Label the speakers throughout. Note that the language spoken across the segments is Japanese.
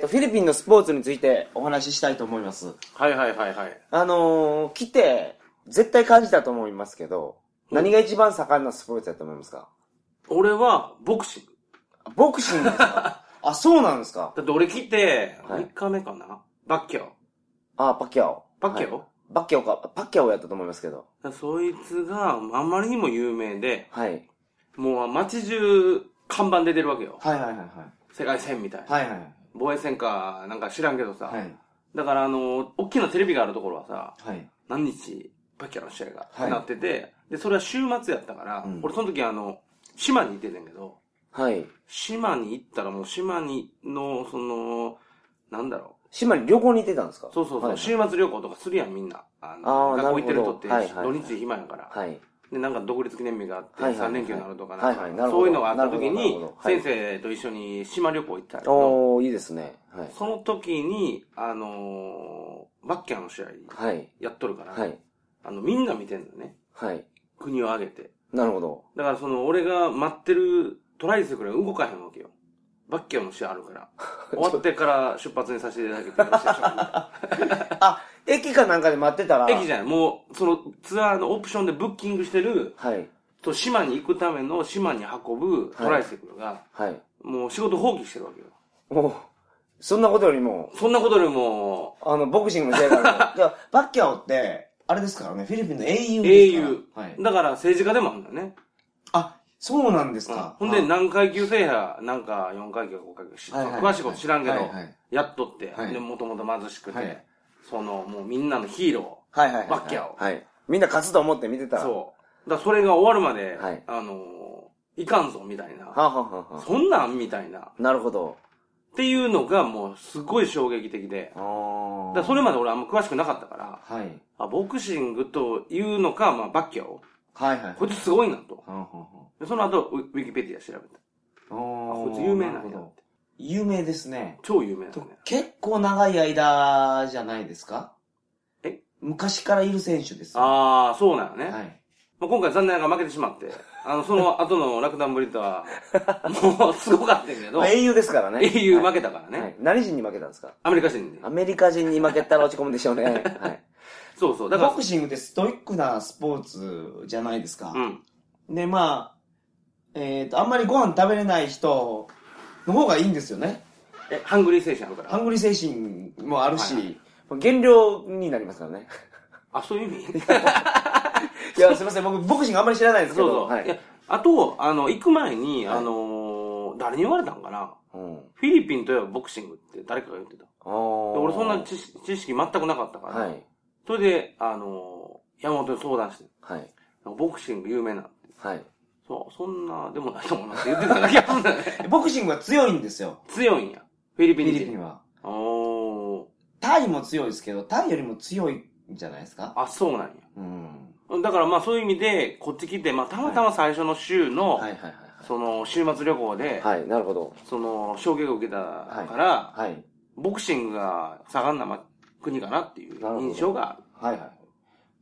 Speaker 1: と、フィリピンのスポーツについてお話ししたいと思います。
Speaker 2: はいはいはいはい。
Speaker 1: あのー、来て、絶対感じたと思いますけど、
Speaker 2: うん
Speaker 1: 何が一番盛んなスポーツだと思いますか
Speaker 2: 俺は、ボクシング。
Speaker 1: ボクシングです かあ、そうなんですか
Speaker 2: だって俺来て、
Speaker 1: はい
Speaker 2: 3日目かな、バッキャオ。
Speaker 1: あ、パッキャオ。
Speaker 2: バッキャ
Speaker 1: はい
Speaker 2: オ、
Speaker 1: バッキャオか、パッキャオやったと思いますけど。
Speaker 2: だからそいつが、あんまりにも有名で、
Speaker 1: はい。
Speaker 2: もう街中、看板出てるわけよ。
Speaker 1: はいはいはい
Speaker 2: 世界戦みたいな。
Speaker 1: はい。はいはい。
Speaker 2: 防衛戦か、なんか知らんけどさ。
Speaker 1: はい。
Speaker 2: だからあの、大きなテレビがあるところはさ、
Speaker 1: はい。
Speaker 2: 何日、バッキャオの試合が、
Speaker 1: はい
Speaker 2: なってて、で、それは週末やったから、
Speaker 1: うん
Speaker 2: 俺その時あの、島にいててんけど、
Speaker 1: はい。
Speaker 2: 島に行ったらもう島にの、その、なんだろ
Speaker 1: 島に旅行に行ってたんですか
Speaker 2: う。そうそうそう、
Speaker 1: はい
Speaker 2: 週末旅行とかするやん、みんな。あ
Speaker 1: あー
Speaker 2: 学校行ってる人って、
Speaker 1: なるほどはいはい
Speaker 2: 土日暇やから、
Speaker 1: はい。
Speaker 2: で、なんか独立記念日があって、
Speaker 1: はいはいはい
Speaker 2: 3連休になるとかなんか、
Speaker 1: はいはいなるほど
Speaker 2: そういうのがあった時
Speaker 1: なるほ
Speaker 2: に
Speaker 1: どなる、ほどはい
Speaker 2: 先生と一緒に島旅行行ったんやけど、
Speaker 1: おー、いいですね。はい。
Speaker 2: その時に、あのーバッキャーの試合
Speaker 1: はい。
Speaker 2: やっとるから、
Speaker 1: はい。
Speaker 2: あの、みんな見てんのね。
Speaker 1: はい。
Speaker 2: 国を挙げて。
Speaker 1: なるほど。
Speaker 2: だからその、俺が待ってるトライセクルが動かへんわけよ。バッキャーの試合ある から。終わってから出発にさせていただけてよろしいでしょうか
Speaker 1: あ、駅かなんかで待ってたら。
Speaker 2: 駅じゃない、もう、そのツアーのオプションでブッキングしてる、
Speaker 1: はい。
Speaker 2: と島に行くための島に運ぶトライセクルが、
Speaker 1: はい。
Speaker 2: もう仕事放棄してるわけよ。
Speaker 1: もう、そんなことよりも、
Speaker 2: そんなことよりも、
Speaker 1: あの、ボクシングの試合から も。いや、バッキャオって、あれですからね、フィリピンの英雄
Speaker 2: 英
Speaker 1: ですから。
Speaker 2: 雄。
Speaker 1: はい。
Speaker 2: だから政治家でもあるんだよね。
Speaker 1: あ、そうなんですか。
Speaker 2: ほんで、
Speaker 1: はい
Speaker 2: 何階級制や、なんか4階級か5階級、し
Speaker 1: はいはい
Speaker 2: 詳しいこと知らんけど
Speaker 1: はいはい、
Speaker 2: やっとって
Speaker 1: は、い
Speaker 2: で、もともと貧しく
Speaker 1: は
Speaker 2: て
Speaker 1: い、
Speaker 2: その、もうみんなのヒーロ
Speaker 1: はいはいはい。
Speaker 2: バッキャオ
Speaker 1: はい。みんな勝つと思って見てた
Speaker 2: ー。
Speaker 1: ら。う。
Speaker 2: そう。だからそれが終わるまで
Speaker 1: はい、
Speaker 2: あのー、いかんぞ、みたいな。
Speaker 1: はあはあはあは
Speaker 2: そんなんみたいな。っ
Speaker 1: あなるほど。
Speaker 2: ていうのがもうすごい衝撃的で。
Speaker 1: あ
Speaker 2: だからそれまで俺あんま詳しくなかったから、
Speaker 1: はい。
Speaker 2: あ、ボクシングというのか、まあ、バッキャオ。
Speaker 1: はいはい。
Speaker 2: こいつすごいなと。
Speaker 1: はんはんは
Speaker 2: でその後、ウィウィキペディア調べて。あ、
Speaker 1: ん
Speaker 2: こいつ有名なん
Speaker 1: る
Speaker 2: や
Speaker 1: ほ。ど有名ですね。
Speaker 2: 超有名なんだね。
Speaker 1: 結構長い間じゃないですか
Speaker 2: え
Speaker 1: 昔からいる選手です。
Speaker 2: ああ、そうなのね。
Speaker 1: はい。
Speaker 2: まあ、今回残念ながら負けてしまって、あの、その後のラクダンブリッド は、もうすごかったんやけど
Speaker 1: まあ、英雄ですからね。
Speaker 2: 英雄
Speaker 1: は
Speaker 2: 負け
Speaker 1: い
Speaker 2: たからね。
Speaker 1: はい何人に負けたんですか
Speaker 2: アメリカ人に
Speaker 1: ア。メリカ人に負けたら落ち込むでしょ うね。はい。
Speaker 2: そうそう。だ
Speaker 3: ボ
Speaker 2: か
Speaker 3: クシングってストイックなスポーツじゃないですか。
Speaker 2: ら、うん。
Speaker 3: で、まあ、えっ、と、あんまりご飯食べれない人の方がいいんですよね。
Speaker 2: え、ハングリー精神あるか
Speaker 3: ハ
Speaker 2: ら。
Speaker 3: ングリー精神もあるし、
Speaker 2: はい
Speaker 1: 減量になりますからね。
Speaker 2: あ、そういう意 味
Speaker 3: い、や、すいません、僕、ボクシングあんまり知らないですけ
Speaker 2: そう
Speaker 3: ど、
Speaker 2: そう。、
Speaker 1: はいい
Speaker 2: や、あと、あの、行く前に、
Speaker 1: はい
Speaker 2: あのー誰に言われたんかな
Speaker 1: うん。
Speaker 2: フィリピンといえばボクシングって誰かが言ってた。で
Speaker 1: あー
Speaker 2: 俺そんな知識知識全くなかったから、
Speaker 1: はい。
Speaker 2: それで、あのー山本に相談して、
Speaker 1: はい。
Speaker 2: ボクシング有名な。
Speaker 1: はい。
Speaker 2: そう、そんなでもないと思いますって言ってただけやったんだよね。
Speaker 3: ボクシングは強いんですよ、
Speaker 2: 強いんや。フィリ
Speaker 3: フ
Speaker 2: ピン
Speaker 3: ィ
Speaker 2: 人。
Speaker 3: リピンは。
Speaker 2: おー。
Speaker 3: タイも強いですけど、タイよりも強いんじゃないですか。
Speaker 2: あ、そうなん
Speaker 3: うん。
Speaker 2: や。だからまあそういう意味で、こっち来て、まあたまたま最初の週の、
Speaker 3: はいはいはい
Speaker 2: その週末旅行で、
Speaker 1: はい。なるほど。
Speaker 2: その衝撃を受けたから、
Speaker 3: はい。はい。
Speaker 2: ボクシングが盛んなま国かなっていう
Speaker 1: なるほど
Speaker 2: 印象がある。
Speaker 3: はいはい。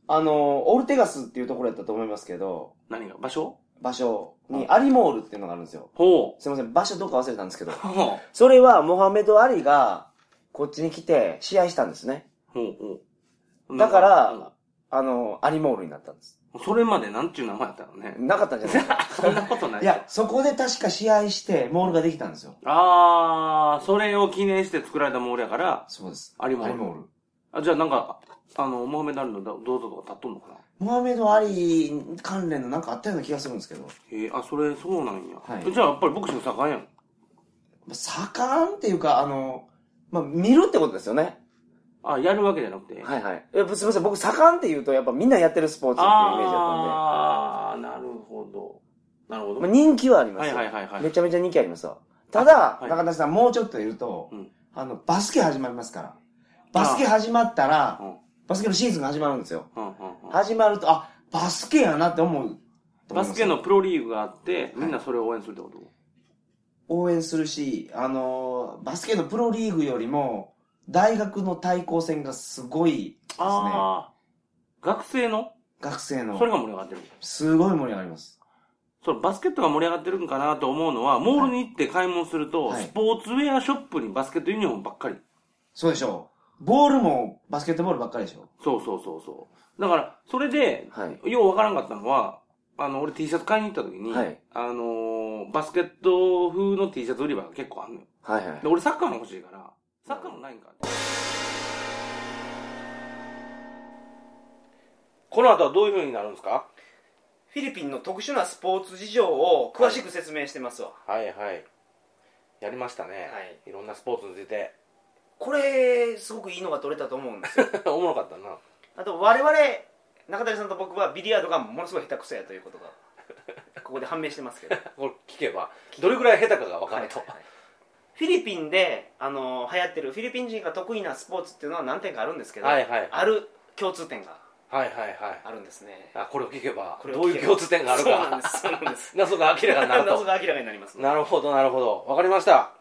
Speaker 3: あの、オルテガスっていうところやったと思いますけど、
Speaker 2: 何が場所
Speaker 3: 場所にアリモールっていうのがあるんですよ。
Speaker 2: ほ
Speaker 3: すいません、場所どっか忘れたんですけど
Speaker 2: う。。ほ
Speaker 1: それはモハメド・アリが、こっちに来て試合したんですね。
Speaker 2: う。ほう。
Speaker 1: だから、あの、アリモールになったんです。
Speaker 2: うんそれまでなんちゅう名前やったの ね。
Speaker 1: なかったんじゃな いですか。
Speaker 2: そんなことない
Speaker 3: いや、そこで確か試合して、モールができたんですよ。
Speaker 2: あー、それを記念して作られたモールやから、
Speaker 3: そうです。
Speaker 2: アリモール
Speaker 3: ール。
Speaker 2: あじゃあなんか、あの、モハメダルの銅像とか立っとんのかな
Speaker 3: モハメド・アリ関連のなんかあったような気がするんですけど、
Speaker 2: えー、あ、それ、そうなんや。
Speaker 3: はい
Speaker 2: えじゃあ、やっぱりボクシング盛んやん。
Speaker 3: 盛んっていうか、あの、
Speaker 1: まあ、見るってことですよね。
Speaker 2: あ、やるわけじゃなくて。い。
Speaker 1: はいはい。えすみません、僕、盛んって言うと、やっぱみんなやってるスポーツっていうイメージだっ
Speaker 2: あー、なるほど。なるほど。
Speaker 1: たんで、まあ、人気はありま
Speaker 2: は
Speaker 1: す
Speaker 2: い
Speaker 1: よ、
Speaker 2: はいはいはい。
Speaker 1: めちゃめちゃ人気ありますわ。ただ、
Speaker 2: はい
Speaker 3: 中田さん、もうちょっといると、
Speaker 2: うん
Speaker 3: あの、バスケ始まりますから。バスケ始まったら
Speaker 2: うん、
Speaker 3: バスケのシーズンが始まるんですよ。
Speaker 2: うんうんうん
Speaker 3: 始まると、あ、バスケやなって思う。
Speaker 2: バスケ。のプロリーグがあって、みんなそれを応援するってこと、
Speaker 3: 応援するし、あの、バスケのプロリーグよりも、大学の対抗戦がすごいですね。
Speaker 2: ああ、学生の
Speaker 3: 学生の
Speaker 2: そ。れが盛り上がってる。
Speaker 3: すごい盛り上がります。
Speaker 2: そのバスケットが盛り上がってるんかなと思うのは、モールに行って買い物すると、
Speaker 4: はい
Speaker 2: スポーツウェアショップにバスケットユニフォームばっかり。
Speaker 4: そうでしょう。ボールもバスケットボールばっかりでしょ。
Speaker 2: そうそうそうそう。だから、それで、
Speaker 5: はい。
Speaker 2: ようわからんかったのは、あの、俺 T シャツ買いに行った時に、
Speaker 5: はい
Speaker 2: あのーバスケット風の T シャツ売り場が結構あんのよ。
Speaker 5: はいはい
Speaker 2: で、。俺サッカーの欲しいから、サッカーのないんか。この後はどういう風になるんですか
Speaker 1: フィリピンの特殊なスポーツ事情を詳しく説明してますわ、
Speaker 2: はいはい。やりましたね。
Speaker 1: はい。
Speaker 2: いろんなスポーツについて。
Speaker 1: これすごくいいのが取れたと思うんで すよ
Speaker 2: おもろかったな。
Speaker 1: あと我々中谷さんと僕はビリヤードがものすごい下手くそやということがここで判明してますけど
Speaker 2: これ聞けば、どれくらい下手かがわかると
Speaker 1: はい。はいはいフィリピンで、あの流行ってるフィリピン人が得意なスポーツっていうのは何点かあるんですけど、
Speaker 2: はいはい。はい
Speaker 1: ある共通点が
Speaker 2: はいはい。
Speaker 1: あるんですね
Speaker 2: あ、これを聞けば、
Speaker 1: これを
Speaker 2: どう
Speaker 1: 聞けば
Speaker 2: いう共通点がある
Speaker 1: そうなん
Speaker 2: か
Speaker 1: で。すそうなんです
Speaker 2: 謎が明らかになる
Speaker 1: 謎
Speaker 2: と。
Speaker 1: が明らかになります
Speaker 2: なるほど、なるほど。わかりました。